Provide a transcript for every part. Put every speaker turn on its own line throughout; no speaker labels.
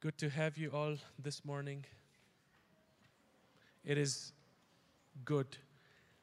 Good to have you all this morning. It is good.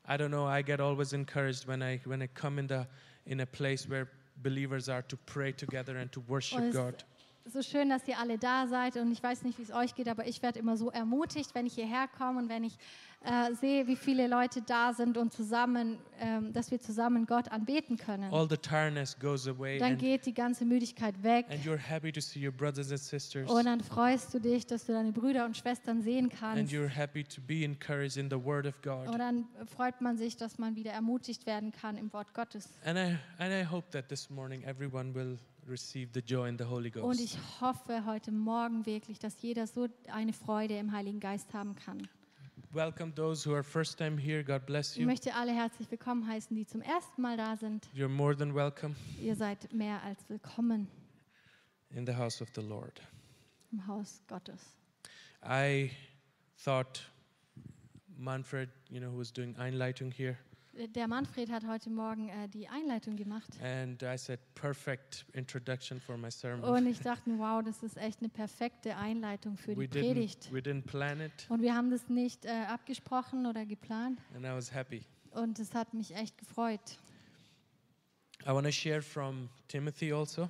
I don't know, I get always encouraged when I when I come in the in a place where believers are to pray together and to
Und
worship
es
God.
ist so schön, dass ihr alle da seid und ich weiß nicht, wie es euch geht, aber ich werde immer so ermutigt, wenn ich hierher komme und wenn ich äh, sehe, wie viele Leute da sind und zusammen, ähm, dass wir zusammen Gott anbeten können.
All the tiredness goes away
Dann
and,
geht die ganze Müdigkeit weg
and you're happy to see your brothers and sisters
und dann freust du dich, dass du deine Brüder und Schwestern sehen
and
kannst
you're happy to be encouraged in the word of
und
God.
dann freut man sich, dass man wieder ermutigt werden kann im Wort Gottes.
And I and I hope that this morning everyone will receive the joy in the Holy
Und
Ghost.
ich hoffe heute Morgen wirklich, dass jeder so eine Freude im Heiligen Geist haben kann.
Welcome those who are first time here. God bless
Ich
you.
möchte alle herzlich willkommen heißen, die zum ersten Mal da sind.
You're more than welcome
Ihr seid mehr als willkommen
in the house of the Lord.
im Haus Gottes.
I thought Manfred, you know, who was doing Einleitung here,
Der Manfred hat heute Morgen äh, die Einleitung gemacht
and I said, perfect introduction for my sermon.
und ich dachte, mir, wow, das ist echt eine perfekte Einleitung für
We
die
didn't,
Predigt.
we didn't plan it,
Und wir haben das nicht äh, abgesprochen oder geplant
and I was happy.
und es hat mich echt gefreut.
I want to share from Timothy also,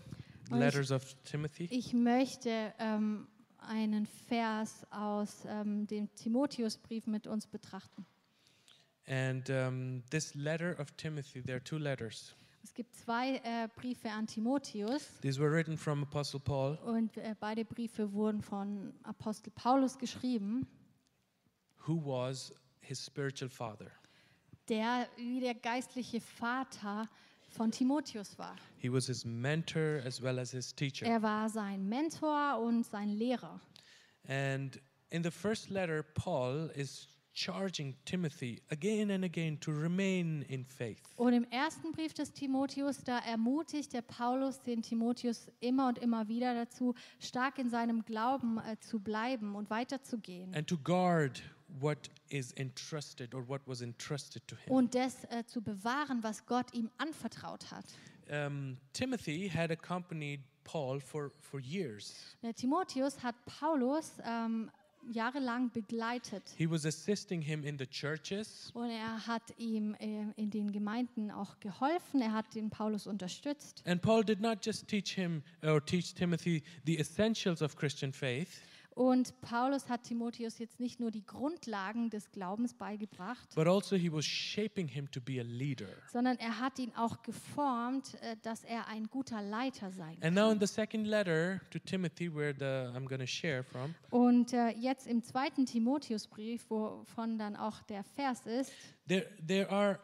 Und ich-
letters of Timothy.
Ich möchte ähm, einen Vers aus ähm, dem Timotheusbrief mit uns betrachten.
And um, this letter of Timothy, there are two letters.
Es gibt zwei äh, Briefe an Timotheus.
These were written from Apostle Paul,
Und äh, beide Briefe wurden von Apostel Paulus geschrieben,
who was his spiritual father.
der wie der geistliche Vater von Timotheus war.
He was his mentor as well as his teacher.
Er war sein Mentor und sein Lehrer.
And in the first letter, Paul is charging Timothy again and again to remain in faith.
Und im ersten Brief des Timotheus, da ermutigt der Paulus den Timotheus immer und immer wieder dazu, stark in seinem Glauben äh, zu bleiben und weiterzugehen.
And to guard what is entrusted or what was entrusted to him.
Und das äh, zu bewahren, was Gott ihm anvertraut hat.
Um, Timothy had accompanied Paul for, for years.
Der Timotheus hat Paulus ähm, jahrelang begleitet.
He was assisting him in the churches,
Und er hat ihm äh, in den Gemeinden auch geholfen, er hat den Paulus unterstützt.
and Paul did not just teach him or teach Timothy the essentials of Christian faith,
Und Paulus hat Timotheus jetzt nicht nur die Grundlagen des Glaubens beigebracht,
but also he was shaping him to be a leader.
sondern er hat ihn auch geformt, äh, dass er ein guter Leiter sein
And now in
kann.
the second letter to Timothy, where the I'm going to share from,
Und äh, jetzt im zweiten Timotheusbrief, wovon dann auch der Vers ist,
there there are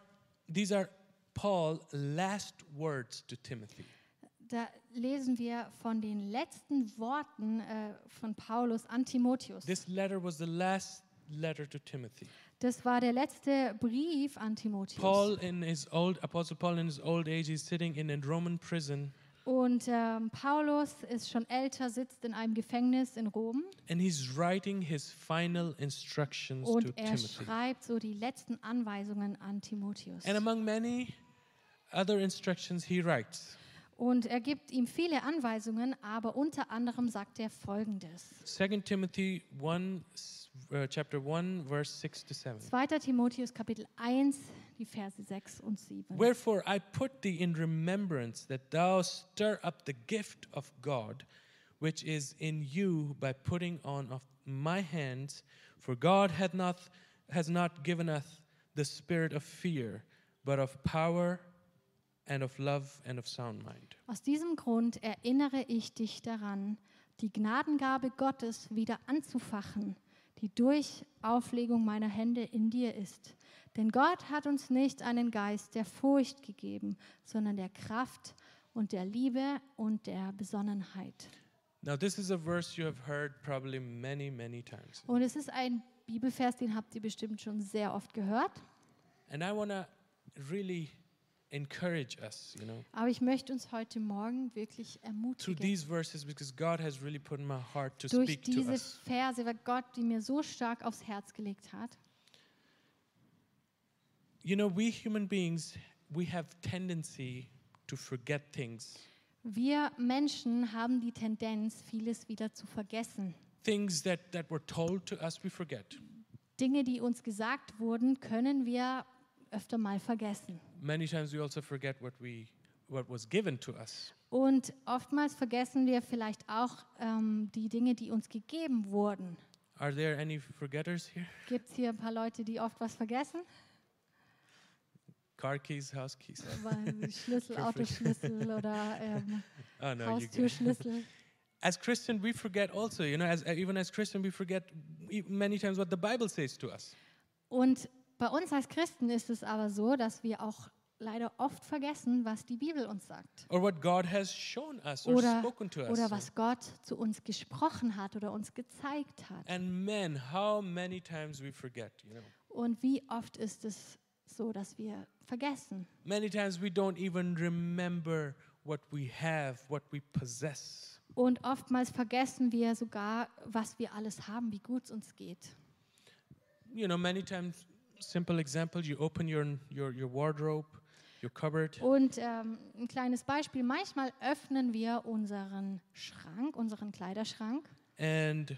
these are Paul's last words to Timothy.
da lesen wir von den letzten Worten äh, von Paulus an Timotheus.
This letter was the last letter to Timothy.
Das war der letzte Brief an Timotheus.
Paul in his old Apostle Paul in his old age is sitting in a Roman prison
Und ähm, Paulus ist schon älter, sitzt in einem Gefängnis in Rom
and he's writing his final instructions to
und er
Timothy.
schreibt so die letzten Anweisungen an Timotheus.
And among many other instructions he writes.
Und er gibt ihm viele Anweisungen, aber unter anderem sagt er folgendes.
2 Timothy 1 s- uh, chapter 1 verse 6 to 7.
2. Timotheus Kapitel 1, die Verse 6 und 7.
Wherefore I put thee in remembrance that thou stir up the gift of God, which is in you by putting on of my hands. For God hath not has not given us the spirit of fear, but of power and of love and of sound mind.
Aus diesem Grund erinnere ich dich daran, die Gnadengabe Gottes wieder anzufachen, die durch Auflegung meiner Hände in dir ist. Denn Gott hat uns nicht einen Geist der Furcht gegeben, sondern der Kraft und der Liebe und der Besonnenheit.
Now this is a verse you have heard probably many, many times.
Und es ist ein Bibelvers, den habt ihr bestimmt schon sehr oft gehört.
And I wanna really encourage us, you know,
Aber ich möchte uns heute Morgen wirklich
through
ermutigen.
these verses because God has really put in my heart to
Durch
speak to
diese
us.
Verse, weil Gott die mir so stark aufs Herz gelegt hat.
You know, we human beings, we have tendency to forget things
Wir Menschen haben die Tendenz, vieles wieder zu vergessen.
Things that, that were told to us, we forget.
Dinge, die uns gesagt wurden, können wir öfter mal vergessen.
Many times we also forget what, we, what was given to us.
Und oftmals vergessen wir vielleicht auch ähm, die Dinge, die uns gegeben wurden.
Are there any forgetters here?
Gibt es hier ein paar Leute, die oft was vergessen?
Car keys, house keys.
Weil Schlüssel,
Perfekt.
Autoschlüssel oder ähm,
Oh, no, you good.
Haustürschlüssel.
As Christian, we forget also, you know, as, uh, even as Christian, we forget e- many times what the Bible says to us.
Und bei uns als Christen ist es aber so, dass wir auch leider oft vergessen, was die Bibel uns sagt.
or what God has shown us or
Oder,
spoken to us.
oder was Gott zu uns gesprochen hat oder uns gezeigt hat.
And man, how many times we forget, you know.
Und wie oft ist es so, dass wir vergessen?
Many times we don't even remember what we have, what we possess.
Und oftmals vergessen wir sogar, was wir alles haben, wie gut es uns geht.
You know, many times, simple example, you open your, your, your wardrobe, your cupboard,
Und ähm, ein kleines Beispiel, manchmal öffnen wir unseren Schrank, unseren Kleiderschrank
and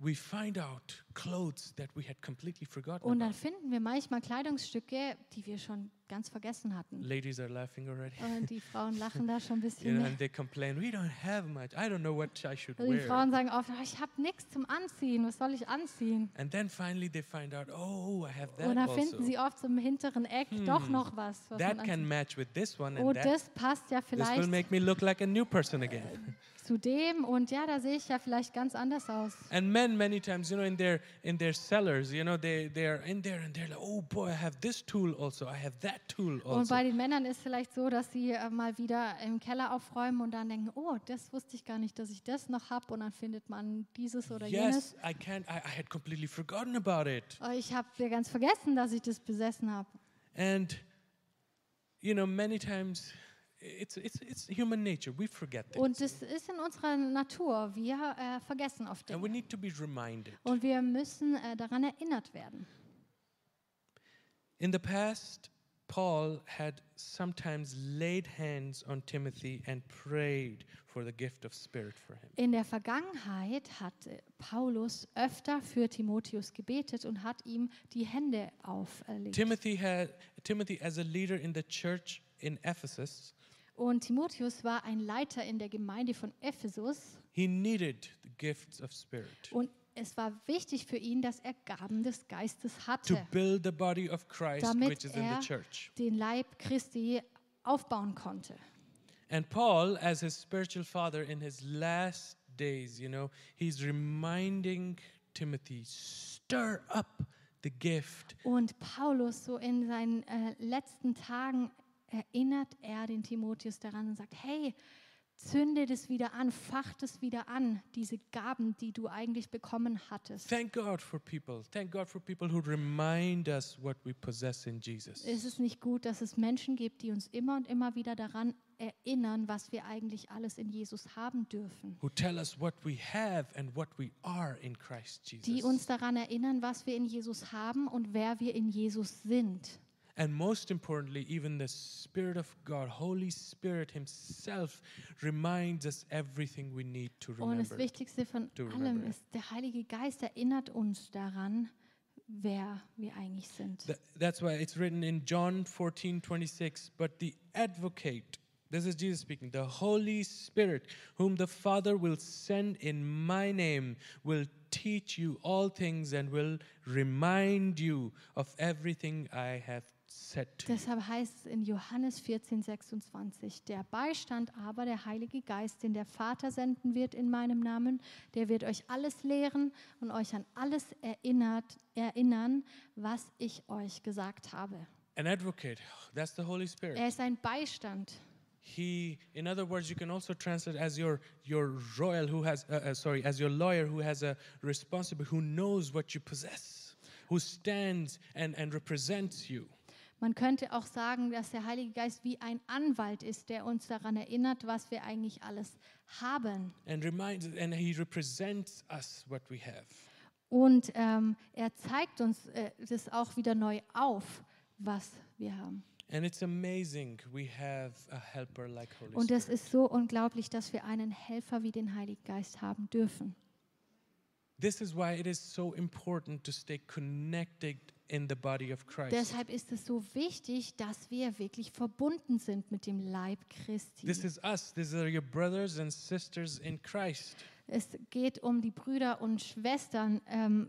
we find out clothes that we had completely forgotten
und dann
about.
finden wir manchmal Kleidungsstücke, die wir schon ganz vergessen hatten.
Ladies are laughing already.
Und die Frauen lachen da schon ein
You
bisschen
know,
mehr.
and they complain, we don't have much. I don't know what I should
Also die
wear.
Frauen sagen oft, "Ah, ich habe nichts zum Anziehen, was soll ich anziehen?
And then finally they find out, oh, I have that
Und da
also. Hmm.
finden sie oft zum hinteren Eck doch noch was, was man
that can
anziehen.
match with this one and
Oh,
that.
das passt ja
This will
vielleicht
make me look like a new person again.
zu dem und ja, da sehe ich ja vielleicht ganz anders aus.
And men, many times, you know, in their in their cellars, you know, they they are in there and they're like, oh boy, I have this tool also, I have that tool
Und bei
also.
den Männern ist vielleicht so, dass sie äh, mal wieder im Keller aufräumen und dann denken, oh, das wusste ich gar nicht, dass ich das noch habe und dann findet man dieses oder jenes.
Yes, I can't. I, I had completely forgotten about it.
Oh, ich habe ja ganz vergessen, dass ich das besessen habe.
And you know, many times, it's it's it's human nature. We forget things,
Und das ist in unserer Natur. Wir äh, vergessen oft
and we
Dinge.
need to be reminded.
Und wir müssen äh, daran erinnert werden.
In the past, Paul had sometimes laid hands on Timothy and prayed for the gift of spirit for him.
In der Vergangenheit hat äh, Paulus öfter für Timotheus gebetet und hat ihm die Hände auferlegt.
Timothy had Timothy as a leader in the church in Ephesus,
und Timotheus war ein Leiter in der Gemeinde von Ephesus.
he needed the gifts of spirit
Und es war wichtig für ihn, dass er Gaben des Geistes
to
hatte,
build the body of Christ
Damit
which is in the
er-
church.
den Leib Christi aufbauen konnte.
And Paul as his spiritual father in his last days, you know, he's reminding Timothy stir up the gift
Und Paulus, so in seinen äh, letzten Tagen, erinnert er den Timotheus daran und sagt, hey, zünde das wieder an, fach das wieder an, diese Gaben, die du eigentlich bekommen hattest.
Thank God for people. Thank God for people who remind us what we possess in Jesus.
Es ist nicht gut, dass es Menschen gibt, die uns immer und immer wieder daran erinnern, was wir eigentlich alles in Jesus haben dürfen.
Who tell us what we have and what we are in Christ
die uns
Jesus.
daran erinnern, was wir in Jesus haben und wer wir in Jesus sind.
And most importantly, even the Spirit of God, Holy Spirit Himself, reminds us everything we need to
Und das
remember.
Wichtigste von
to
allem
remember.
ist, der Heilige Geist erinnert uns daran, wer wir eigentlich sind.
Th- that's why it's written in John 14 26. But the advocate, this is Jesus speaking, the Holy Spirit, whom the Father will send in my name, will teach you all things and will remind you of everything I have said to you.
Deshalb heißt es in Johannes 14, 26, der Beistand aber, der Heilige Geist, den der Vater senden wird in meinem Namen, der wird euch alles lehren und euch an alles erinnert, erinnern, was ich euch gesagt habe.
An advocate, that's the Holy Spirit.
Er ist ein Beistand.
He, in other words, you can also translate as your your royal who has, uh, uh, sorry, as your lawyer who has a responsibility, who knows what you possess, who stands and, and represents you.
Man könnte auch sagen, dass der Heilige Geist wie ein Anwalt ist, der uns daran erinnert, was wir eigentlich alles haben.
and reminds and he represents us what we have
Und ähm, er zeigt uns äh, das auch wieder neu auf, was wir haben.
And it's amazing we have a helper like Holy
Und es
Spirit.
ist so unglaublich, dass wir einen Helfer wie den Heiligen Geist haben dürfen.
This is why it is so important to stay connected in the body of Christ.
Deshalb ist es so wichtig, dass wir wirklich verbunden sind mit dem Leib Christi.
This is us. These are your brothers and sisters in Christ.
Es geht um die Brüder und Schwestern. Ähm,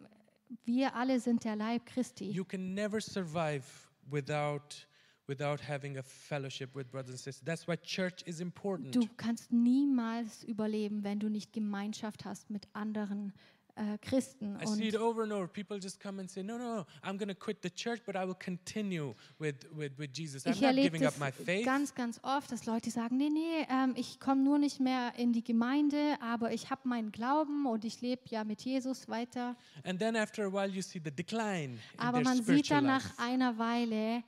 wir alle sind der Leib Christi.
You can never survive without without having a fellowship with brothers and sisters. That's why church is important.
Du kannst niemals überleben, wenn du nicht Gemeinschaft hast mit anderen äh, Christen.
I see it
Und
over and over. People just come and say, "No, no, no, I'm going to quit the church, but I will continue with with, with Jesus. I'm
ich
not
erlebe
giving
das
up my faith."
ganz, ganz oft, dass Leute sagen, nee, nee, ähm, ich komme nur nicht mehr in die Gemeinde, aber ich habe meinen Glauben und ich lebe ja mit Jesus weiter.
And then after a while, you see the decline in
Aber
their
man sieht
spiritual
dann
life.
nach einer Weile,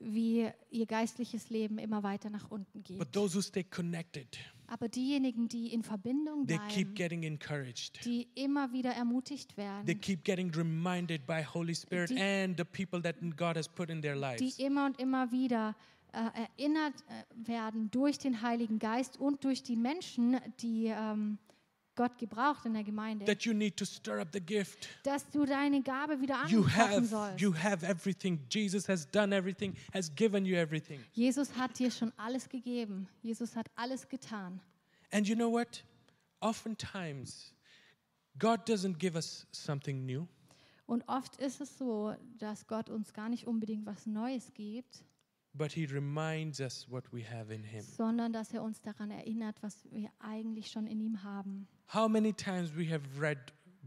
wie ihr geistliches Leben immer weiter nach unten geht.
But those who stay connected,
Aber diejenigen, die in Verbindung
they keep
bleiben,
getting encouraged.
die immer wieder ermutigt
They
werden,
keep getting reminded by Holy Spirit
Die-
and the people that God has put in their
die
lives.
immer und immer wieder äh, erinnert äh, werden durch den Heiligen Geist und durch die Menschen, die ähm, Gott gebraucht in der Gemeinde,
That you need to stir up the gift.
dass du deine Gabe wieder
You
anfassen
have
sollst.
you have everything. Jesus has done everything, has given you everything.
Jesus hat dir schon alles gegeben. Jesus hat alles getan.
And you know what? Oftentimes, God doesn't give us something new.
Und oft ist es so, dass Gott uns gar nicht unbedingt was Neues gibt,
But he reminds us what we have in him.
sondern dass er uns daran erinnert, was wir eigentlich schon in ihm haben.
How many times we have read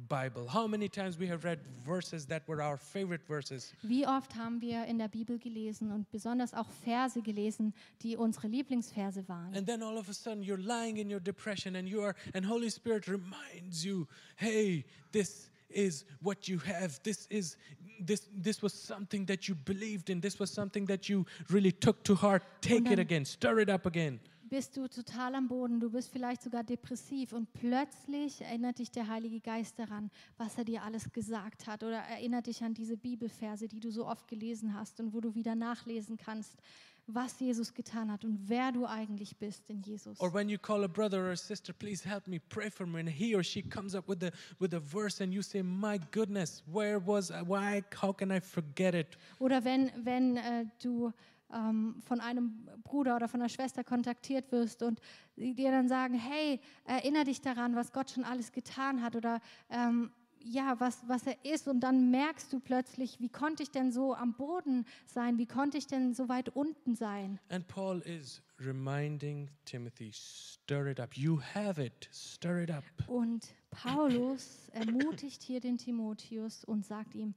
Bible? How many times we have read verses that were our favorite verses?
Wie oft haben wir in der Bibel gelesen und besonders auch Verse gelesen, die unsere Lieblingsverse waren?
And then all of a sudden you're lying in your depression and you are and Holy Spirit reminds you, "Hey, this is what you have. This is this this was something that you believed in. This was something that you really took to heart. Take it
dann-
again. Stir it up again."
Bist du total am Boden, du bist vielleicht sogar depressiv und plötzlich erinnert dich der Heilige Geist daran, was er dir alles gesagt hat oder erinnert dich an diese Bibelverse, die du so oft gelesen hast und wo du wieder nachlesen kannst, was Jesus getan hat und wer du eigentlich bist in Jesus.
Or when you call a brother or a sister, please help me, pray for me, and he or she comes up with a with a verse, and you say, "My goodness, where was I? Why? How can I forget it?"
Oder wenn, wenn äh, du ähm, von einem Bruder oder von einer Schwester kontaktiert wirst und sie dir dann sagen, hey, erinnere dich daran, was Gott schon alles getan hat oder ähm, ja, was, was er ist. Und dann merkst du plötzlich, wie konnte ich denn so am Boden sein? Wie konnte ich denn so weit unten sein?
And Paul is reminding Timothy, "Stir it up. You have it. Stir it up."
Und Paulus ermutigt hier den Timotheus und sagt ihm,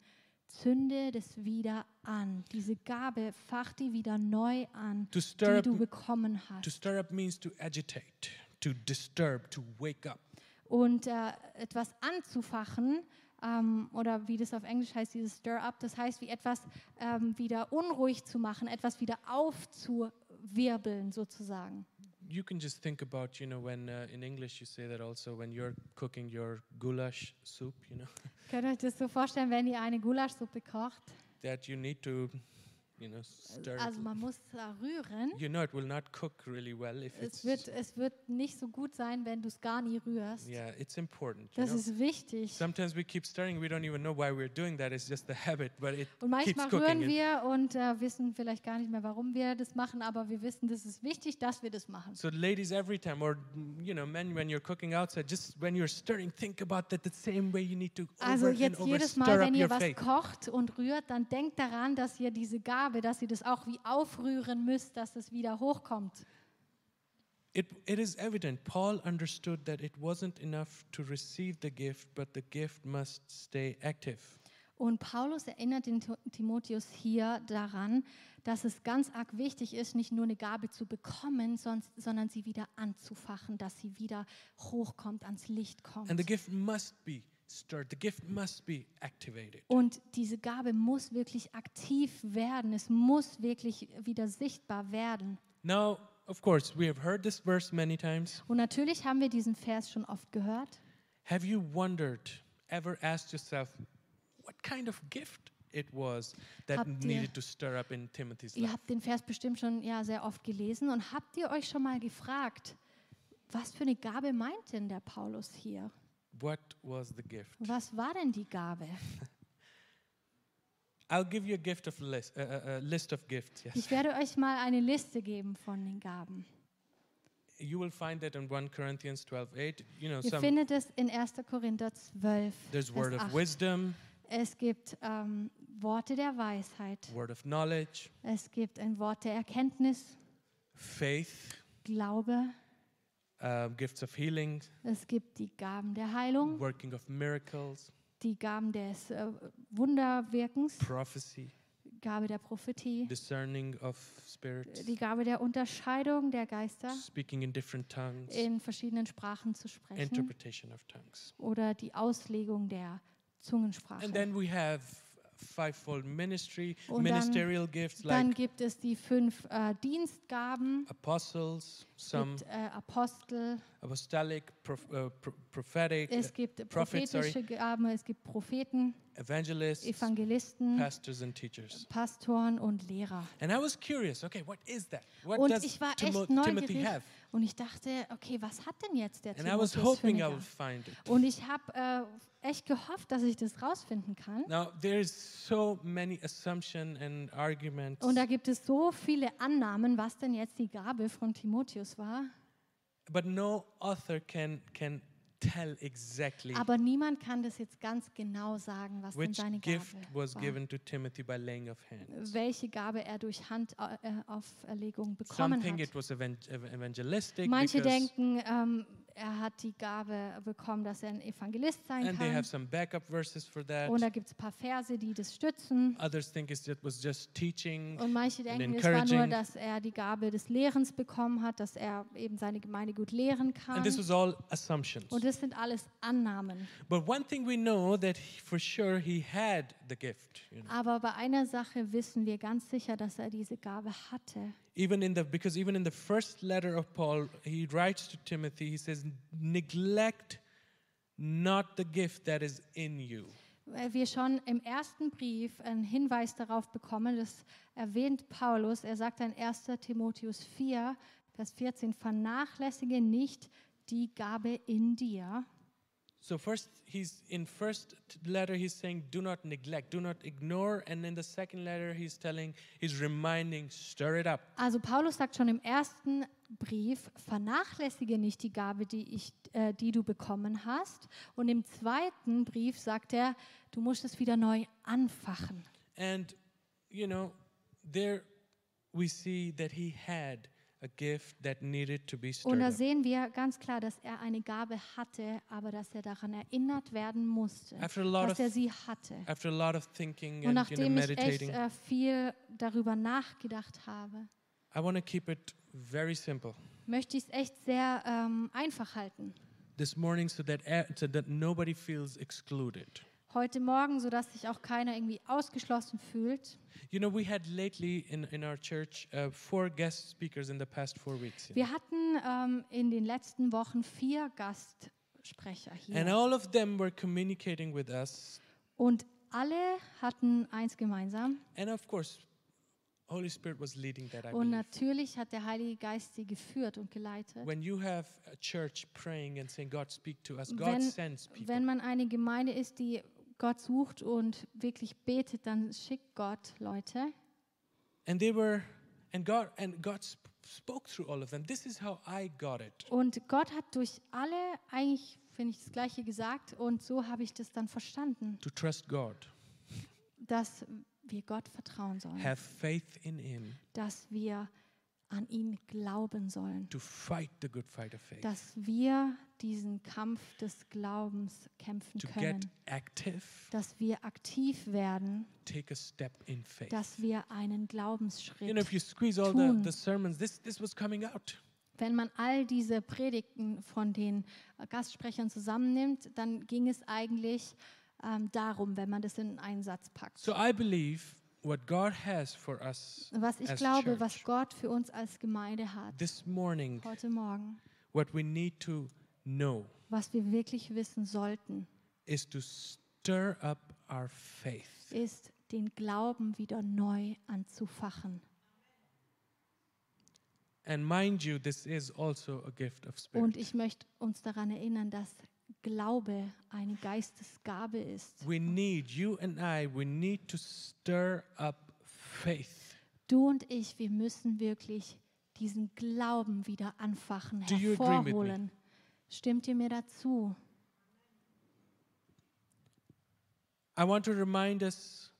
zünde das wieder an. Diese Gabe, fach die wieder neu an,
To stir
die
up-
du bekommen hast.
To stir up means to agitate, to disturb, to wake up.
Und äh, etwas anzufachen, ähm, oder wie das auf Englisch heißt, dieses Stir-up, das heißt, wie etwas ähm, wieder unruhig zu machen, etwas wieder aufzuwirbeln sozusagen.
You can just think about, you know, when uh, in English you say that also when you're cooking your goulash soup, you know,
Könnt ihr euch das so vorstellen, wenn ihr eine Gulaschsuppe kocht?
that you need to, you know, stir. it
Also man muss da rühren.
You know, it will not cook really well if it's.
Es wird, es wird nicht so gut sein, wenn du es gar nie rührst.
yeah, it's important. you
Das
know?
ist wichtig.
Sometimes we keep stirring, we don't even know why we're doing that. It's just the habit, but it
Und
keeps
manchmal
cooking.
rühren
it.
wir und äh, wissen vielleicht gar nicht mehr, warum wir das machen, aber wir wissen, das ist wichtig, dass wir das machen.
So, ladies, every time, or mm, you know, men, when you're cooking outside, just when you're stirring, think about that the same way you need to
Also
over and
jetzt
over
jedes Mal,
stir up
wenn
your
ihr was
faith.
kocht und rührt, dann denkt daran, dass ihr diese Gabe, dass ihr das auch wie aufrühren müsst, dass es wieder hochkommt.
It, it is evident Paul understood that it wasn't enough to receive the gift, but the gift must stay active.
Und Paulus erinnert den Tho- Timotheus hier daran, dass es ganz arg wichtig ist, nicht nur eine Gabe zu bekommen, sonst, sondern sie wieder anzufachen, dass sie wieder hochkommt, ans Licht kommt.
And the gift must be stirred, the gift must be activated.
Und diese Gabe muss wirklich aktiv werden, es muss wirklich wieder sichtbar werden.
Now, of course, we have heard this verse many times.
Und natürlich haben wir diesen Vers schon oft gehört.
Have you wondered, ever asked yourself, what kind of gift it was that
Habt ihr-
needed to stir up in Timothy's
Ihr
life.
habt den Vers bestimmt schon ja, sehr oft gelesen und habt ihr euch schon mal gefragt, was für eine Gabe meint denn der Paulus hier?
What was the gift?
Was war denn die Gabe?
I'll give you a gift of list, uh, a list of gifts. Yes,
Ich werde euch mal eine Liste geben von den Gaben.
you will find that in 1 Corinthians 12:8. You know,
Ihr
some
findet es in 1. Korinther 12.
there's word
Vers
of
8.
wisdom,
Es gibt ähm, Worte der Weisheit.
word of knowledge,
Es gibt ein Wort der Erkenntnis,
faith,
Glaube.
uh, gifts of healing,
Es gibt die Gaben der Heilung,
working of miracles,
die Gaben des äh, Wunderwirkens,
prophecy,
Gabe der Prophetie,
discerning of spirits,
die Gabe der Unterscheidung der Geister,
speaking in different tongues,
in mhm. verschiedenen Sprachen zu sprechen
interpretation of tongues.
oder die Auslegung der
And
Zungensprache.
then we have fivefold ministry,
Und dann-
ministerial gifts
Dann
like
gibt es die fünf äh, Dienstgaben,
apostles, some
gibt, äh, Apostel,
apostolic, prof- uh, pro- prophetic, uh,
es gibt
Prophet, sorry.
prophetische Gaben, es gibt Propheten,
evangelists,
Evangelisten,
pastors, and teachers.
Pastoren und Lehrer.
And I was curious. Okay, what is that? What
Und
does
ich war echt
Timo- Timothy
neugierig
have?
und ich dachte, okay, was hat denn jetzt der
And I was
Timotheus für eine
hoping I
Gabe?
would find it.
Und ich habe äh, echt gehofft, dass ich das rausfinden kann.
Now there's so many assumption and arguments,
Und da gibt es so viele Annahmen, was denn jetzt die Gabe von Timotheus war.
but no author can can tell exactly
Aber niemand kann das jetzt ganz genau sagen, was denn
which
seine Gabe
gift was
war.
given to Timothy by laying of hands.
Welche Gabe er durch
Some
Handauferlegung bekommen
think
hat.
it was evan- ev- evangelistic
Manche
because,
denken, ähm, er hat die Gabe bekommen, dass er ein Evangelist sein
and they
kann.
have some backup verses for that.
Und da gibt es ein paar Verse, die das stützen.
Others think it's, it was just teaching.
Und manche
and
denken, es war nur,
encouraging.
dass er die Gabe des Lehrens bekommen hat, dass er eben seine Gemeinde gut lehren kann.
And this was all assumptions.
Und das sind alles Annahmen.
But one thing we know that he- for sure he had the gift. you know.
Aber bei einer Sache wissen wir ganz sicher, dass er diese Gabe hatte.
Even in the because even in the first letter of Paul, he writes to Timothy. He says, "Neglect not the gift that is in you."
Weil wir schon im ersten Brief einen Hinweis darauf bekommen, das erwähnt Paulus, er sagt in 1. Timotheus 4, Vers 14, vernachlässige nicht die Gabe in dir.
So first, he's in first t- letter he's saying, "Do not neglect, do not ignore," and in the second letter he's telling, he's reminding, "Stir it up."
Also Paulus sagt schon im ersten Brief, vernachlässige nicht die Gabe, die, ich, äh, die du bekommen hast. Und im zweiten Brief sagt er, du musst es wieder neu anfachen.
And, you know, there we see that he had a gift that needed to be
Und
stirred
da
up.
sehen wir ganz klar, dass er eine Gabe hatte, aber dass er daran erinnert werden musste,
After a lot
dass
of-
er sie hatte.
After a lot of thinking
Und
and you know,
nachdem ich echt
meditating,
äh, viel darüber nachgedacht habe,
I want to keep it very simple
möchte ich es echt sehr ähm, einfach halten.
this morning, so that e- so that nobody feels excluded.
Heute Morgen, sodass sich auch keiner irgendwie ausgeschlossen fühlt.
You know, we had lately in in our church uh, four guest speakers in the past four weeks, you know.
Wir hatten ähm, in den letzten Wochen vier Gastsprecher
and
hier.
all of them were communicating with us,
Und alle hatten eins gemeinsam.
and of course, Holy Spirit was leading that. I
Und
believe.
natürlich hat der Heilige Geist sie geführt und geleitet.
When you have a church praying and saying, God, speak to us, God
Wenn,
sends people.
wenn man eine Gemeinde ist, die Gott sucht und wirklich betet, dann schickt Gott Leute.
and they were, and God, and God sp- spoke through all of them. This is how I got it.
Und Gott hat durch alle eigentlich, finde ich, das Gleiche gesagt. Und so habe ich das dann verstanden,
To trust God,
dass wir Gott vertrauen sollen,
have faith in Him,
dass wir an ihn glauben sollen,
to fight the good fight of faith,
dass wir diesen Kampf des Glaubens kämpfen
to get
können,
active,
dass wir aktiv werden,
take a step in faith.
dass wir einen
You know,
Glaubensschritt
if you squeeze all the,
tun.
the sermons, this, this was coming out.
Wenn man all diese Predigten von den äh, Gastsprechern zusammennimmt, dann ging es eigentlich ähm, darum, wenn man das in einen Satz packt.
So I believe what God has for us
was ich
as
glaube,
church,
was Gott für uns als Gemeinde hat
this morning,
heute Morgen,
what we need to know
was wir wirklich wissen sollten,
is to stir up our faith.
ist den Glauben wieder neu anzufachen.
And mind you, this is also a gift of
Und
spirit.
ich möchte uns daran erinnern, dass Glaube eine Geistesgabe ist.
We need, you and I, we need to stir up faith.
Du und ich, wir müssen wirklich diesen Glauben wieder anfachen,
Do you agree with me?
hervorholen. Stimmt ihr mir dazu?
I want to remind us,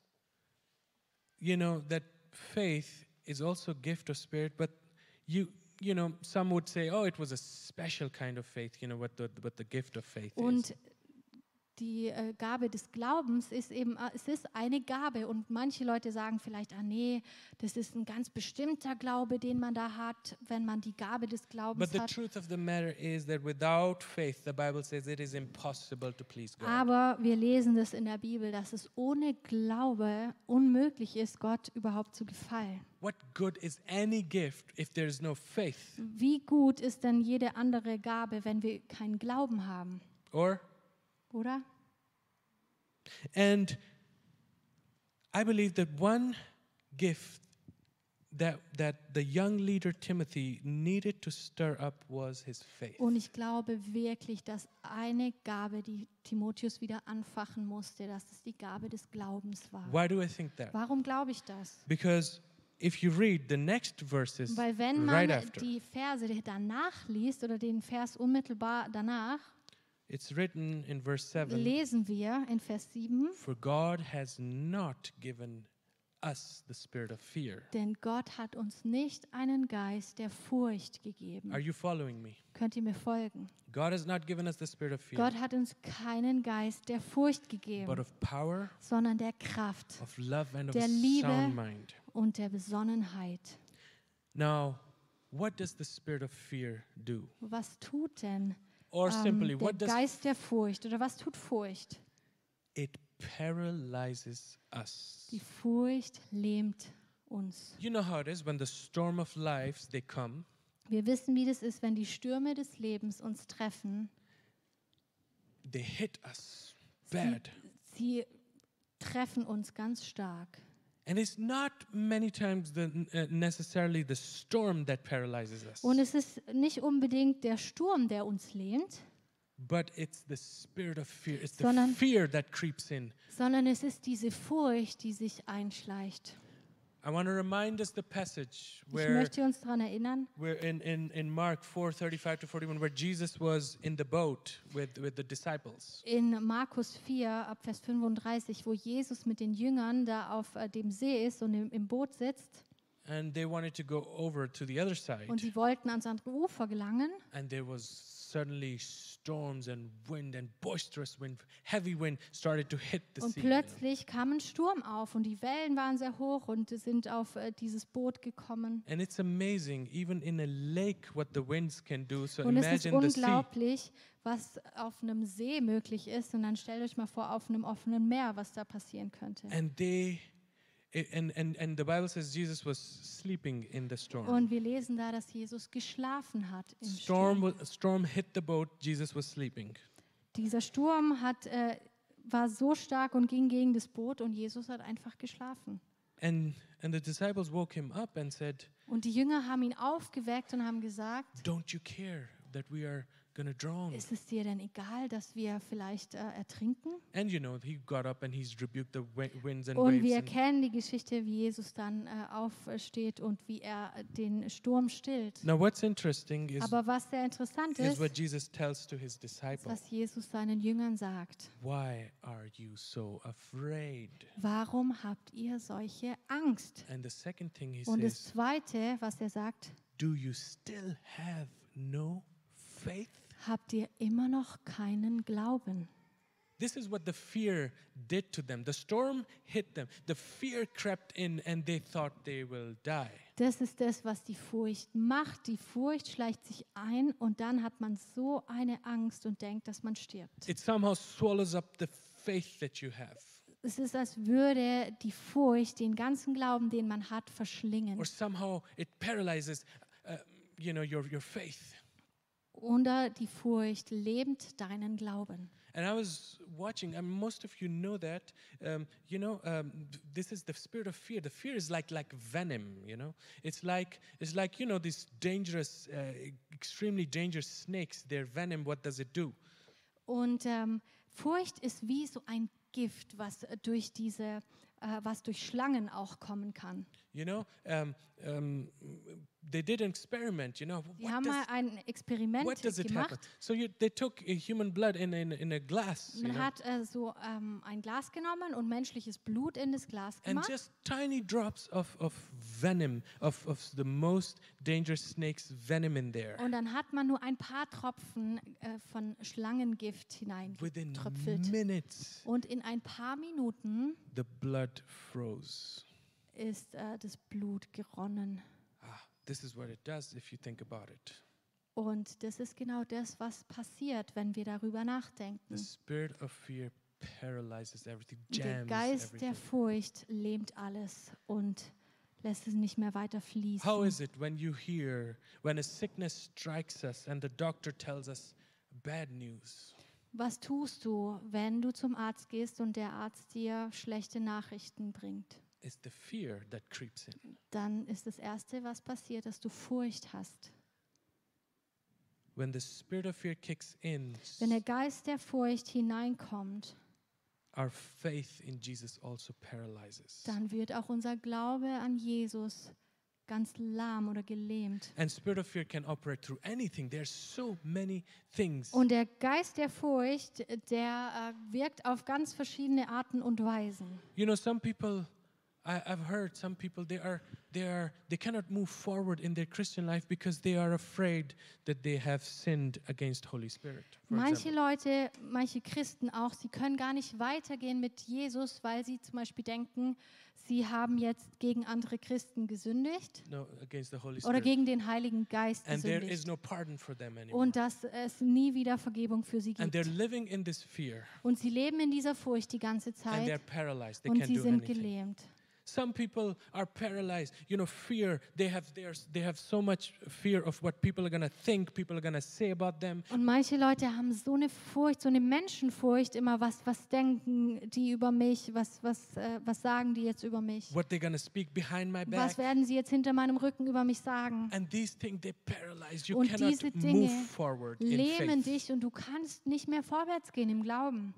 you know, that faith is also a gift of spirit, but you you know, some would say, oh, it was a special kind of faith, you know, what the what the gift of faith is.
Und die äh, Gabe des Glaubens ist eben, äh, es ist eine Gabe. Und manche Leute sagen vielleicht, ah nee, das ist ein ganz bestimmter Glaube, den man da hat, wenn man die Gabe des
But
Glaubens
the
hat.
truth of the matter is that without faith, the Bible says it is impossible to please God.
Aber wir lesen das in der Bibel, dass es ohne Glaube unmöglich ist, Gott überhaupt zu gefallen.
What good is any gift if there is no faith?
Wie gut ist denn jede andere Gabe, wenn wir keinen Glauben haben,
Or
oder?
and I believe that one gift that that the young leader Timothy needed to stir up was his faith.
Und ich glaube wirklich, dass eine Gabe, die Timotheus wieder anfachen musste, dass es die Gabe des Glaubens war.
Why do I think that?
Warum glaube ich das?
Because if you read the next verses
Weil wenn man
right after,
die Verse danach liest oder den Vers unmittelbar danach,
it's written in verse 7
lesen wir in Vers 7,
For God has not given us the spirit of fear.
denn Gott hat uns nicht einen Geist der Furcht gegeben.
Are you following me?
Könnt ihr mir folgen?
God has not given us the spirit of fear,
Gott hat uns keinen Geist der Furcht
but
gegeben,
of power,
sondern der Kraft
of love, and of
Der
a
Liebe.
sound mind.
und der Besonnenheit.
Now, what does the spirit of fear do?
Was tut denn
Or simply,
ähm, der
what does
Geist der Furcht oder was tut Furcht?
it paralyzes us?
Die Furcht lähmt uns.
You know how it is when the storm of lives they come.
Wir wissen, wie das ist, wenn die Stürme des Lebens uns treffen.
they hit us
Sie,
bad.
sie treffen uns ganz stark.
And it's not many times the, uh, necessarily the storm that paralyzes us,
Und es ist nicht unbedingt der Sturm, der uns lähmt,
but it's the spirit of fear. It's the
Sondern-
fear that creeps in.
sondern es ist diese Furcht, die sich einschleicht.
I want to remind us the passage
Ich
where,
möchte uns daran erinnern,
where in, in, in Mark 4 35 to 41, where Jesus was in the boat with, with the disciples.
in Markus 4 ab Vers 35, wo Jesus mit den Jüngern da auf äh, dem See ist und im, im Boot sitzt
And they wanted to go over to the other side.
und sie wollten ans andere Ufer gelangen
And there was suddenly storms and wind and boisterous wind, heavy wind started to hit the
und
sea. you know.
plötzlich kam ein Sturm auf und die Wellen waren sehr hoch und sind auf äh, dieses Boot gekommen.
And it's amazing, even in a lake, what the winds can do. So
Und es ist
imagine the sea.
unglaublich, was auf einem See möglich ist. Und dann stellt euch mal vor, auf einem offenen Meer, was da passieren könnte.
And they, i- and, and, and the Bible says Jesus was sleeping in the storm.
Und wir lesen da, dass Jesus geschlafen hat im
storm,
Sturm.
wa- storm hit the boat, Jesus was sleeping.
Dieser Sturm hat, äh, war so stark und ging gegen das Boot und Jesus hat einfach geschlafen.
And, and the disciples woke him up and said,
Und die Jünger haben ihn aufgeweckt und haben gesagt,
Don't you care that we are going to drown?
ist es dir denn egal, dass wir vielleicht äh, ertrinken?
And you know, he got up and he's rebuked the wi- winds and
Und
waves.
wir
and-
kennen die Geschichte, wie Jesus dann äh, aufsteht und wie er äh, den Sturm stillt.
now, what's interesting is,
Aber was sehr interessant
is
ist,
what
ist,
Jesus tells to his disciples
was Jesus seinen Jüngern sagt.
Why are you so afraid?
Warum habt ihr solche Angst?
And the second thing he
Und das
says,
Zweite, was er sagt,
Do you still have no faith?
habt ihr immer noch keinen Glauben?
This is what the fear did to them. The storm hit them. The fear crept in and they thought they will die.
Das ist das, was die Furcht macht. Die Furcht schleicht sich ein und dann hat man so eine Angst und denkt, dass man stirbt.
It somehow swallows up the faith that you have.
Es ist, als würde die Furcht den ganzen Glauben, den man hat, verschlingen.
Or somehow it paralyzes uh, you know your your faith.
Oder die Furcht lähmt deinen Glauben.
And I was watching, I mean, most of you know that, um, you know, um, th- this is the spirit of fear. The fear is like, like venom, you know. It's like, it's like, you know, these dangerous, uh, extremely dangerous snakes, their venom, what does it do?
Und ähm, Furcht ist wie so ein Gift, was äh, durch diese, äh, was durch Schlangen auch kommen kann.
You know, um, um, they did an experiment, you know.
Sie haben
does-
mal ein
what
Experiment
does it happen?
gemacht.
So you, they took uh, human blood in, in, in a glass, you
Man
know,
hat äh, so ähm, ein Glas genommen und menschliches Blut in das Glas
and
gemacht.
just tiny drops of, of venom, of, of the most dangerous snake's venom in there.
Und dann hat man nur ein paar Tropfen äh, von Schlangengift
Within
hineingetröpfelt.
minutes,
Und in ein paar Minuten
the blood froze.
ist äh, das Blut geronnen.
Ah, this is what it does if you think about it.
Und das ist genau das, was passiert, wenn wir darüber
The
nachdenken.
spirit of fear paralyzes everything,
Der
jams
Geist
everything.
der Furcht lähmt alles und lässt es nicht mehr weiter fließen.
How is it when you hear, when a sickness strikes us and the doctor tells us bad news?
Was tust du, wenn du zum Arzt gehst und der Arzt dir schlechte Nachrichten bringt?
It's the fear that creeps in.
Dann ist das Erste, was passiert, dass du Furcht hast.
When the spirit of fear kicks in,
Wenn der Geist der Furcht hineinkommt,
our faith in Jesus also paralyzes.
dann wird auch unser Glaube an Jesus ganz lahm oder gelähmt.
And spirit of fear can operate through anything. There's so many things.
Und der Geist der Furcht, der äh, wirkt auf ganz verschiedene Arten und Weisen.
You know, some people, I, I've heard some people they are they are they cannot move forward in their Christian life because they are afraid that they have sinned against Holy Spirit. for
Manche
example.
Leute, manche Christen auch, sie können gar nicht weitergehen mit Jesus, weil sie zum Beispiel denken, sie haben jetzt gegen andere Christen gesündigt
No, against the Holy
oder
Spirit.
gegen den Heiligen Geist
and there is
gesündigt.
no pardon for them anymore.
Und dass es nie wieder Vergebung für sie
And they're
gibt.
living in this fear,
Und sie leben in dieser Furcht die ganze
and they're
Zeit
paralyzed. They
und
can't
sie
do
sind
anything.
gelähmt.
Some people are paralyzed. You know, fear. They have they, are, s- they have so much fear of what people are gonna think, people are gonna say about them.
Und manche Leute haben so eine Furcht, so eine Menschenfurcht, immer was, was denken die über mich, was, was, äh, was sagen die jetzt über mich,
What they're gonna speak behind my back.
was werden sie jetzt hinter meinem Rücken über mich sagen.
And these things they paralyze. You
Und
cannot
diese
move
Dinge
forward in
lähmen
faith.
dich und du kannst nicht mehr vorwärts gehen im Glauben.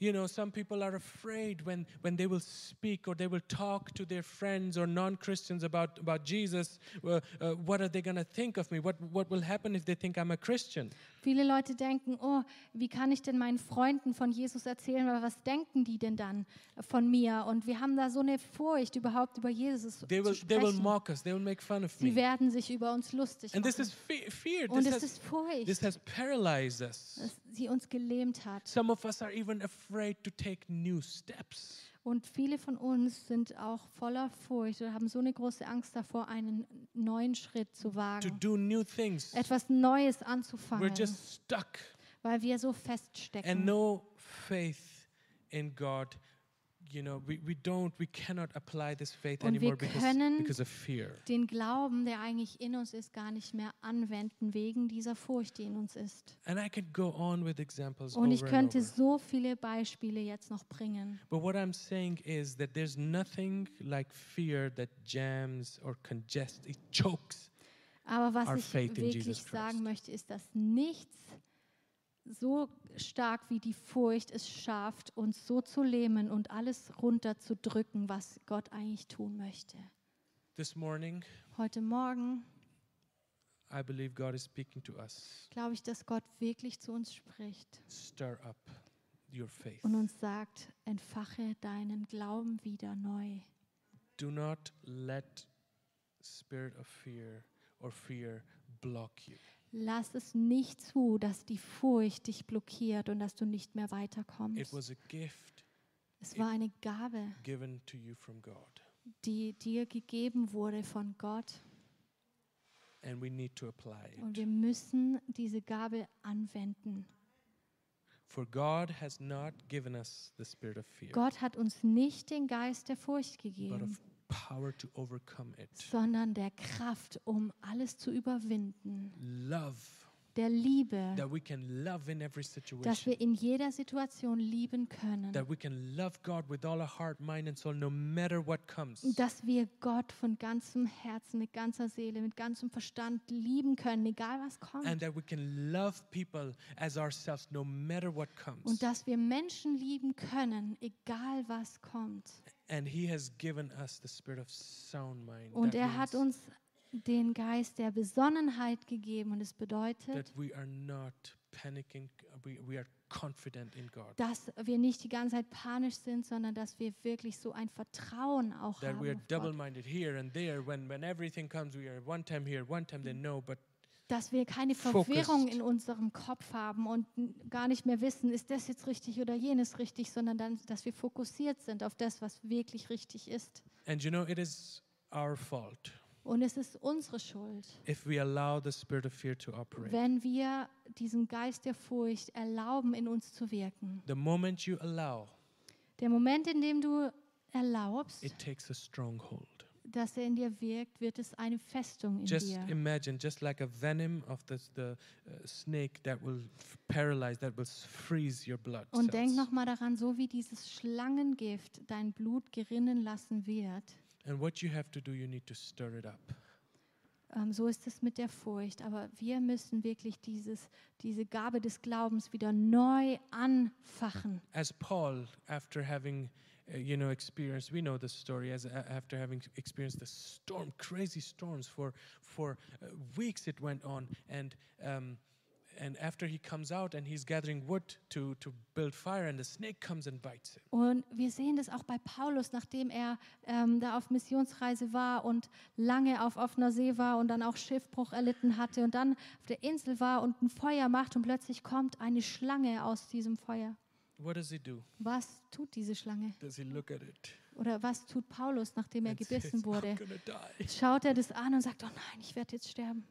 You know, some people are afraid when when they will speak or they will talk to their friends or non-Christians about about Jesus. Uh, uh, what are they gonna think of me? What what will happen if they think I'm a Christian?
Viele Leute denken, oh, wie kann ich denn meinen Freunden von Jesus erzählen, weil was denken die denn dann von mir? Und wir haben da so eine Furcht, überhaupt über Jesus
They will
zu
they will
sprechen.
mock us. They will make fun of
Sie
me.
werden sich über uns lustig
And this
machen.
is fe- fear.
Und
This has,
es ist Furcht,
this has paralyzed us.
dass sie uns gelähmt hat.
Some of us are even afraid to take new steps.
Und viele von uns sind auch voller Furcht oder haben so eine große Angst davor, einen neuen Schritt zu
to
wagen,
do new things.
etwas Neues
We're
anzufangen,
just stuck
weil wir so
and
feststecken.
no faith in God. You know, we, we don't, we cannot apply this faith
Und wir
anymore because,
können-
because of fear.
Den Glauben, der eigentlich in uns ist, gar nicht mehr anwenden wegen dieser Furcht, die in uns ist.
And I could go on with examples
Und ich
over and
könnte
over.
so viele Beispiele jetzt noch bringen.
But what I'm saying is that there's nothing like fear that jams or congests, it chokes.
Aber
Our
was ich
faith in
wirklich
Jesus
sagen
Christ.
möchte, ist, dass nichts so stark wie die Furcht es schafft, uns so zu lähmen und alles runterzudrücken, was Gott eigentlich tun möchte.
This morning,
Heute Morgen
I believe God is speaking to us.
glaube ich, dass Gott wirklich zu uns spricht
Stir up your faith.
und uns sagt, entfache deinen Glauben wieder neu.
Do not let spirit of fear or fear block you.
Lass es nicht zu, dass die Furcht dich blockiert und dass du nicht mehr
It
weiterkommst.
was a gift
Es war eine Gabe,
given to you from God,
die dir gegeben wurde von Gott.
and we need to apply
Und wir
it.
müssen diese Gabe anwenden.
For God has not given us the spirit of fear,
Gott hat uns nicht den Geist der Furcht
but of
gegeben,
power to overcome it.
sondern der Kraft, um alles zu überwinden.
Love
der Liebe,
that we can love in every
dass
situation,
wir in jeder Situation lieben können,
that we can love God with all our heart, mind, and soul, no matter what comes.
dass wir Gott von ganzem Herzen, mit ganzer Seele, mit ganzem Verstand lieben können, egal was kommt.
And that we can love people as ourselves, no matter what comes.
Und dass wir Menschen lieben können, egal was kommt.
And He has given us the spirit of sound mind.
Und
that
er hat
means
uns den Geist der Besonnenheit gegeben und es bedeutet,
that we are not panicking, we, we are confident in God.
dass wir nicht die ganze Zeit panisch sind, sondern dass wir wirklich so ein Vertrauen auch
That we are
haben, auf Gott.
double minded here and there. When, when everything comes, we are one time here, one time there, no, but
dass wir keine
focused.
Verwirrung in unserem Kopf haben und n- gar nicht mehr wissen, ist das jetzt richtig oder jenes richtig, sondern dann, dass wir fokussiert sind auf das, was wirklich richtig ist.
And you know, it is our fault
Und es ist unsere Schuld,
if we allow the spirit of fear to operate.
wenn wir diesem Geist der Furcht erlauben, in uns zu wirken.
the moment you allow,
Der Moment, in dem du erlaubst,
it takes a stronghold.
dass er in dir wirkt, wird es eine Festung in
Just
dir.
imagine, just like a venom of the, the uh, snake that will f- paralyze, that will s- freeze your blood.
Und denk
cells.
nochmal daran, so wie dieses Schlangengift dein Blut gerinnen lassen wird,
and what you have to do, you need to stir it up.
ähm, so ist es mit der Furcht. Aber wir müssen wirklich dieses, diese Gabe des Glaubens wieder neu anfachen.
As Paul, after having, uh, you know, experienced, we know the story. As a- after having experienced the storm, crazy storms for for uh, weeks, it went on, and um, and after he comes out and he's gathering wood to to build fire, and the snake comes and bites him.
Und wir sehen das auch bei Paulus, nachdem er ähm, da auf Missionsreise war und lange auf offener See war und dann auch Schiffbruch erlitten hatte und dann auf der Insel war und ein Feuer macht und plötzlich kommt eine Schlange aus diesem Feuer.
What does he do?
Was tut diese Schlange?
Does he look at it?
Oder was tut Paulus, nachdem er
and says,
gebissen wurde?
I'm gonna die.
Schaut er das an und sagt, oh nein, ich werde jetzt sterben.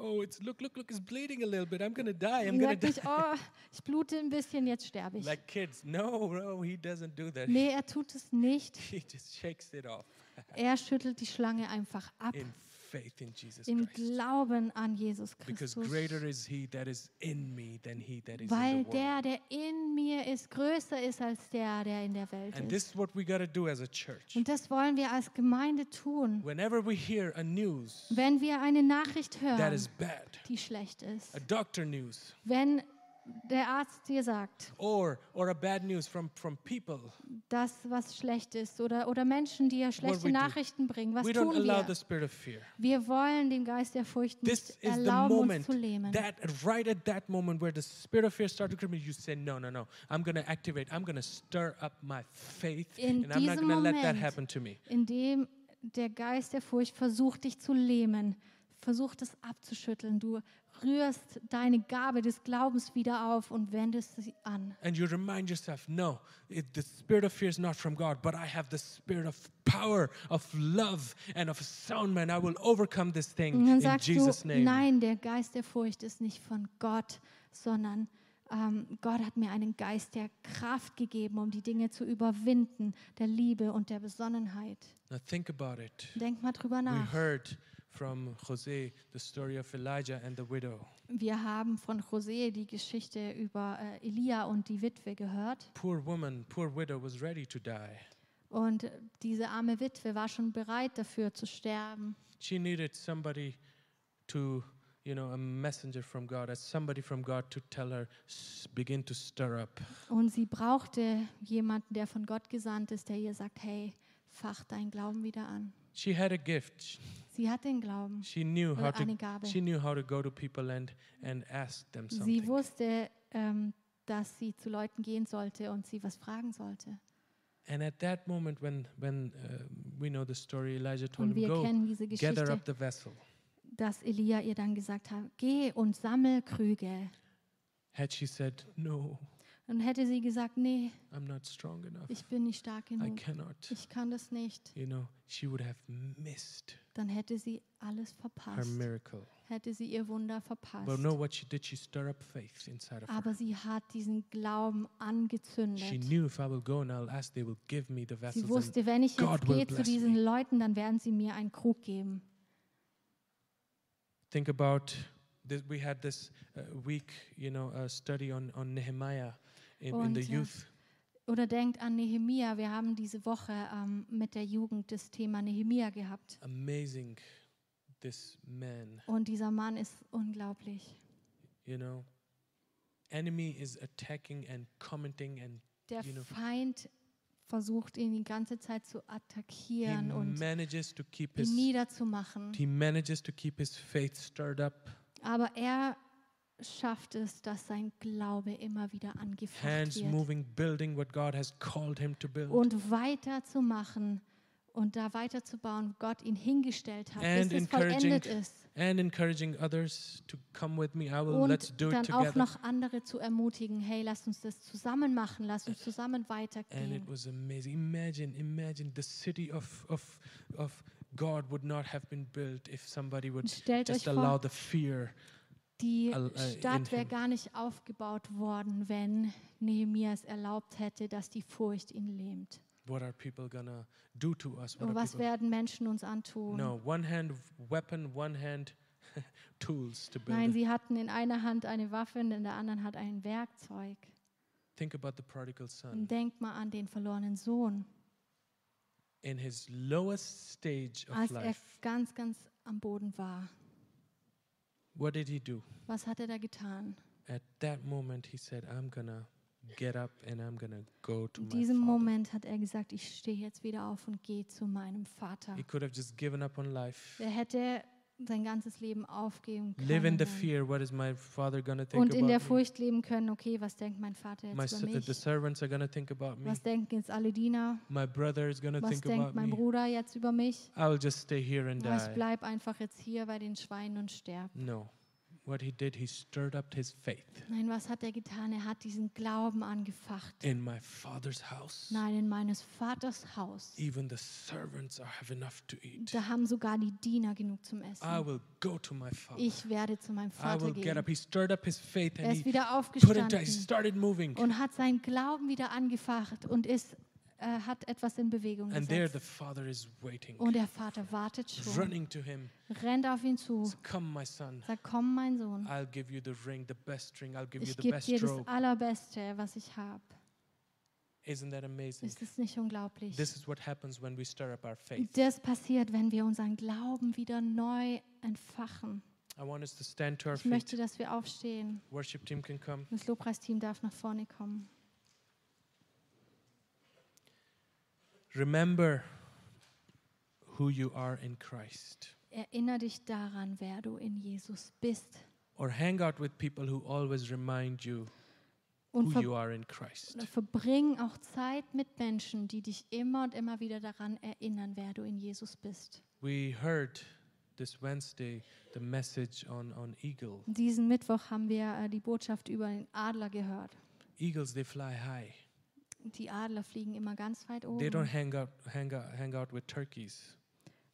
Oh, it's look, look, look! It's bleeding a little bit. I'm gonna die. I'm
Er
gonna
sagt
die.
nicht, oh, ich blute ein bisschen, jetzt sterbe ich.
Like kids. No, no, he doesn't do that.
Nee, er tut es nicht.
He just shakes it off
Er schüttelt die Schlange einfach ab
in faith in Jesus
im
Christ.
Glauben an Jesus
Because
Christus.
greater is he that is in me than he that is in
Weil
the world.
der, der in mir ist, größer ist als der, der in der Welt
And
ist.
this is what we got to do as a church.
Und das wollen wir als Gemeinde tun.
Whenever we hear a news
Wenn wir eine Nachricht
that
hören,
is bad,
die schlecht ist,
a doctor news,
wenn der Arzt dir sagt,
or or a bad news from from people,
das, was schlecht ist, oder, oder Menschen, die ja
we
schlechte
do.
Nachrichten bringen, was
we don't
tun
allow the
wir?
spirit of fear.
Wir wollen den Geist der Furcht
This
nicht
is the
erlauben, uns
moment
zu lähmen.
that right at that moment where the spirit of fear started to creep in, you say, No, no, no. I'm gonna activate, I'm gonna stir up my faith and
In
I'm not
diesem
gonna let that
Moment.
happen to me.
Indem der Geist der Furcht versucht, dich zu lähmen, versucht es abzuschütteln. Du rührst deine Gabe des Glaubens wieder auf und wendest sie an.
And you remind yourself, no, it, the spirit of fear is not from God, but I have the spirit of power, of love, and of a sound man. I will overcome this thing
Und dann
in
sagst du,
Jesus' name.
nein, der Geist der Furcht ist nicht von Gott, sondern ähm, Gott hat mir einen Geist der Kraft gegeben, um die Dinge zu überwinden, der Liebe und der Besonnenheit.
Now think about it.
Denk mal drüber
We
nach.
heard from Jose the story of Elijah and the widow.
Wir haben von Jose die Geschichte über äh, Elia und die Witwe gehört.
Poor woman, poor widow was ready to die.
Und äh, diese arme Witwe war schon bereit dafür zu sterben.
She needed somebody to, you know, a messenger from God, as somebody from God to tell her, "S- begin to stir up.
Und sie brauchte jemanden, der von Gott gesandt ist, der ihr sagt, hey, fach deinen Glauben wieder an.
She had a gift.
Sie hat den Glauben.
She knew
Oder
how to
eine Gabe.
she knew how to go to people and and ask them
Sie
something.
wusste, ähm, dass sie zu Leuten gehen sollte und sie was fragen sollte.
And at that moment when when uh, we know the story Elijah told
Und
him
wir
go
kennen diese
gather
Geschichte,
up the vessel.
dass Elia ihr dann gesagt hat, geh und sammel Krüge.
Had she said no,
Und hätte sie gesagt, nee,
I'm not strong enough.
ich bin nicht stark
I
genug,
cannot.
ich kann das nicht,
You know, she would have missed
dann hätte sie alles
her
verpasst,
miracle.
hätte sie ihr Wunder
But
verpasst.
no what she did she stirred up faith inside of her.
Aber sie hat diesen Glauben
She
angezündet.
knew if I will go and I'll ask, they will give me the
Sie
vessels. and
wusste, wenn ich jetzt
God will
gehe zu
bless
diesen
me.
Leuten, dann werden sie mir einen Krug geben.
think about this, we had this uh, week, you know, uh, study on, on Nehemiah in, in the
Und, ja.
youth.
Oder denkt an Nehemia. Wir haben diese Woche ähm, mit der Jugend das Thema Nehemia gehabt.
Amazing, this man,
Und dieser Mann ist unglaublich.
you know. Enemy is attacking and commenting and
Der
You know.
Feind versucht ihn die ganze Zeit zu attackieren
he
und
manages to keep
ihn
his
niederzumachen.
he manages to keep his faith stirred up.
Aber er schafft es, dass sein Glaube immer wieder angefacht
Hands
wird
moving, building what God has called him to build.
und weiterzumachen und da weiterzubauen, wo Gott ihn hingestellt hat,
And
bis es
encouraging
vollendet ist.
and encouraging others to come with me. I will let's
Und
do it
dann auch
together.
noch andere zu ermutigen, hey, lass uns das zusammen machen, lass uns zusammen
And
weitergehen.
it was amazing. Imagine, imagine the city of of of God would not have been built if somebody would
Und stellt euch
just allow the
vor,
fear.
die
al- äh, in
Stadt wäre
him.
gar nicht aufgebaut worden, wenn Nehemia es erlaubt hätte, dass die Furcht ihn lähmt.
What are people gonna do to us? What
Und
are
was
people?
werden Menschen uns antun?
No, one hand weapon, one hand tools to build.
Nein,
it.
sie hatten in einer Hand eine Waffe und in der anderen Hand ein Werkzeug.
Think about the prodigal son.
Und denk mal an den verlorenen Sohn,
in his lowest stage of
als er
life,
ganz, ganz am Boden war.
what did he do?
Was hat er da getan?
At that moment, he said, I'm going to get up and I'm going to go to
In
my
diesem
father."
Moment hat er gesagt, ich stehe jetzt wieder auf und gehe zu meinem Vater.
He could have just given up on life.
Er hätte sein ganzes Leben aufgeben
Live in
können
the
dann.
fear. What is my father going to think
und in der
about me?
Furcht leben können, okay, was denkt mein Vater
My,
jetzt
s-
über
the
mich?
servants are going to think about me.
Was denken jetzt alle Diener?
My brother is going to
Was
think
denkt
about
mein
me.
Bruder jetzt über mich?
I'll just stay here and
Na, Ich
die.
bleib einfach jetzt hier bei den Schweinen und sterb.
No. What he did, he stirred up his faith.
Nein, was hat er getan? Er hat diesen Glauben angefacht.
In my father's house,
Nein, in meines Vaters Haus.
even the servants are have enough to eat.
Da haben sogar die Diener genug zum
I
Essen.
will go to my father.
Ich werde zu
I
meinem Vater
will get
gehen.
up. He stirred up his faith
Er
and
ist
he
wieder
put into. He
aufgestanden
started moving,
und hat seinen Glauben wieder angefacht und ist, äh, hat etwas in Bewegung
and there the
gesetzt.
father is waiting,
er Und er der Vater wartet schon,
running to him.
rennt auf ihn zu,
Says, Come, my son.
sagt, komm mein Sohn,
I'll give you the ring, the best ring. I'll give you
ich
the
gebe
best
dir das
robe.
Allerbeste, was ich habe.
Isn't that amazing?
Ist es nicht unglaublich?
This is what happens when we stir up our faith.
Das passiert, wenn wir unseren Glauben wieder neu entfachen.
I want us to stand to our
Ich möchte,
feet.
dass wir aufstehen.
Worship team can come.
Das Lobpreisteam darf nach vorne kommen.
Remember who you are in Christ,
Erinnere dich daran, wer du in Jesus bist.
or hang out with people who always remind you
Und
who
ver
you are in Christ.
verbring auch Zeit mit Menschen, die dich immer und immer wieder daran erinnern, wer du in Jesus bist.
We heard this Wednesday the message on, on eagle.
Diesen Mittwoch haben wir äh, die Botschaft über den Adler gehört.
Eagles they fly high.
Die Adler fliegen immer ganz weit
They don't
oben.
hang out hang out hang out with turkeys.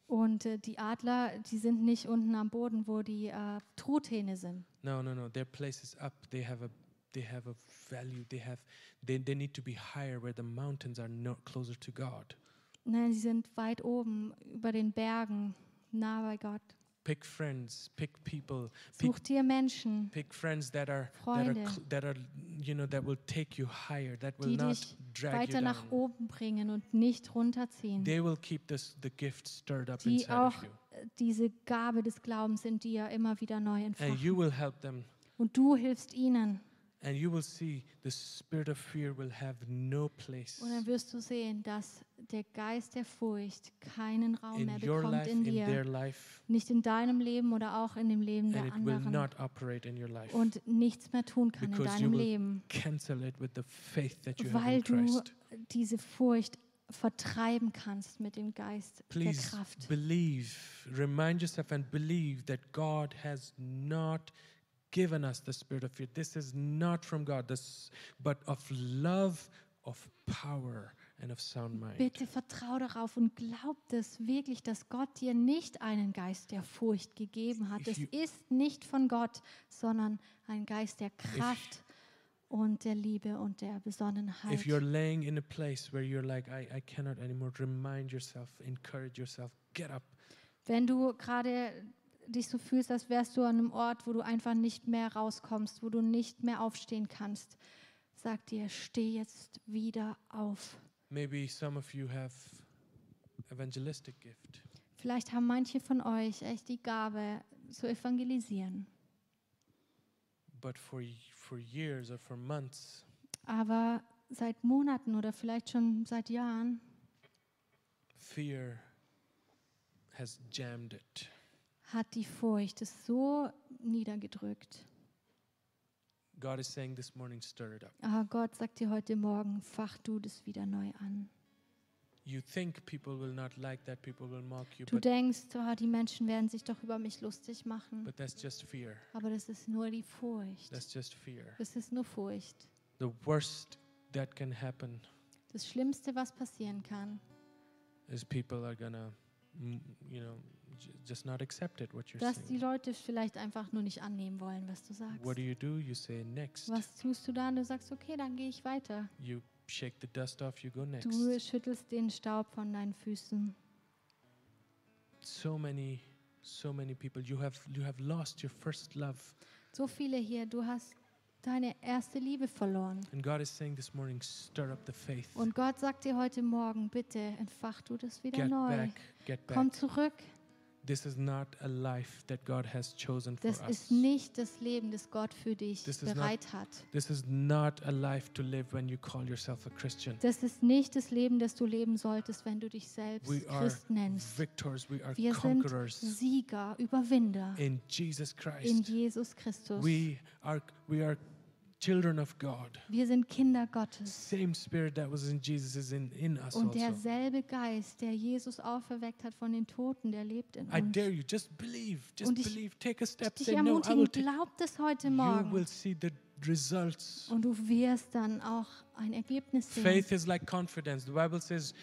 Und äh, die Adler, die sind nicht unten am Boden, wo die äh, Truthähne sind.
No, no, no. Their place is up. They have a they have a value. They have they, they need to be higher where the mountains are no closer to God.
Nein, sie sind weit oben, über den Bergen, nah bei Gott.
Pick friends, pick people, pick
Such dir Menschen,
pick friends that are that are
Freunde.
cl- that are you know that will take you higher. That will
Die
not
dich
drag you
weiter nach
down.
oben bringen und nicht runterziehen.
They will keep this the gift stirred up
die
inside
auch
of you.
äh, diese Gabe des Glaubens in dir immer wieder neu
And you
entfachen.
will help them
Und du hilfst ihnen.
And you will see the spirit of fear will have no place
Und dann wirst du sehen, dass der Geist der Furcht keinen Raum
in
mehr
your
bekommt
life,
in
in their
dir.
life,
Nicht in deinem Leben oder auch in dem Leben
and
der
it will
anderen.
not operate in your life.
Und nichts mehr tun kann in
Because you
deinem
will
Leben,
Cancel it with the faith that you have
weil
in
du
Christ.
diese Furcht vertreiben kannst mit dem Geist der
Please
Kraft.
believe, remind yourself and believe that God has not given us the spirit of fear. This is not from God, this, but of love, of power, and of sound mind.
Bitte vertrau darauf und glaub es wirklich, dass Gott dir nicht einen Geist der Furcht gegeben hat.
If
Es
you-
ist nicht von Gott, sondern ein Geist der Kraft und der Liebe und der Besonnenheit.
If you're laying in a place where you're like, I, I cannot anymore, remind yourself, encourage yourself, get up.
Wenn du gerade dich so fühlst, als wärst du an einem Ort, wo du einfach nicht mehr rauskommst, wo du nicht mehr aufstehen kannst, sag dir, steh jetzt wieder auf.
Maybe some of you have evangelistic gift.
Vielleicht haben manche von euch echt die Gabe zu evangelisieren,
but for y- for years or for months
aber seit Monaten oder vielleicht schon seit Jahren
fear has jammed it
hat die Furcht es so niedergedrückt.
god is saying this morning stir it up
Aber Ah, Gott sagt dir heute Morgen, fach du das wieder neu an.
you think people will not like that people will mock you
Du
but,
denkst, ah, die Menschen werden sich doch über mich lustig machen,
but that's just fear
aber das ist nur die Furcht.
that's just fear
Das ist nur Furcht.
the worst that can happen
Das Schlimmste, was passieren kann,
is people are gonna mm, you know j- just not accept it what you're
dass die
saying
Leute vielleicht einfach nur nicht annehmen wollen, was du
what do
sagst.
you do you say next
Was tust du dann? Du sagst, okay, dann gehe ich weiter.
you shake the dust off you go next
Du schüttelst den Staub von deinen Füßen.
so many so many people you have you have lost your first love
So viele hier, du hast deine erste Liebe verloren.
and god is saying this morning stir up the faith
Und Gott sagt dir heute Morgen, bitte entfach du das wieder
get
neu.
back get back
Komm zurück.
this is not a life that god has chosen for
Das
us
ist nicht das Leben, das Gott für dich
This is not-
bereit hat.
this is not a life to live when you call yourself a christian
Das ist nicht das Leben, das du leben solltest, wenn du dich selbst
we are
Christ nennst.
victors we are
Wir sind
conquerors
Sieger, Überwinder
in jesus
in
christ
Jesus Christus.
we are we are children of god
Wir sind Kinder Gottes.
same spirit that was in jesus is in in us
Und er
also
derselbe Geist, der Jesus auferweckt hat von den Toten, der lebt in
I
uns.
dare you, just believe, just
Und ich-
believe, take a
Ich
step,
dich
say no, I will
ermutigen,
take
glaub das heute
You will
Morgen.
see the results.
Und du wirst dann auch ein Ergebnis sehen.
Faith is like confidence. The Bible says,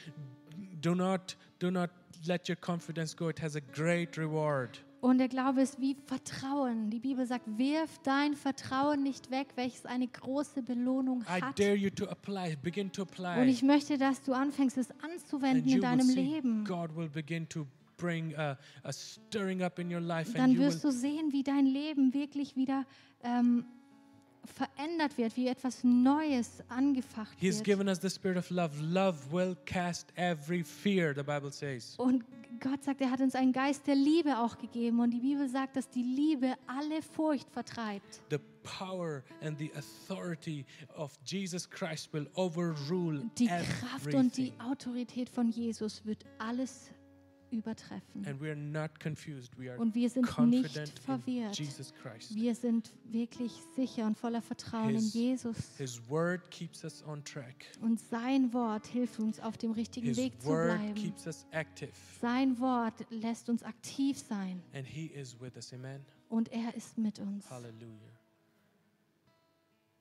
"Do not, do not let your confidence go. It has a great reward."
Und der Glaube ist wie Vertrauen. Die Bibel sagt, wirf dein Vertrauen nicht weg, welches eine große Belohnung
I
hat.
dare you to apply. Begin to
Und
apply,
ich möchte, dass du anfängst, es
and
anzuwenden in
you will
deinem
see
Leben.
God will begin to bring a, a stirring up in your life, and
dann
you
wirst
will,
du sehen, wie dein Leben wirklich wieder ähm, verändert wird, wie etwas Neues angefacht
He's
wird.
given us the spirit of love. Love will cast every fear. The Bible says.
Und Gott sagt, er hat uns einen Geist der Liebe auch gegeben. Und die Bibel sagt, dass die Liebe alle Furcht vertreibt.
The power and the authority of Jesus Christ will overrule
Die Kraft und die
everything.
Autorität von Jesus wird alles übertreffen.
And we are not confused. We are
Und wir sind
confident
nicht
in
verwirrt.
Jesus Christ.
Wir sind wirklich sicher und voller Vertrauen in
His-
Jesus.
His word keeps us on track.
Und sein Wort hilft uns, auf dem richtigen
His
Weg zu
word
bleiben.
keeps us active.
Sein Wort lässt uns aktiv sein
And He is with us. Amen.
und er ist mit uns.
Hallelujah.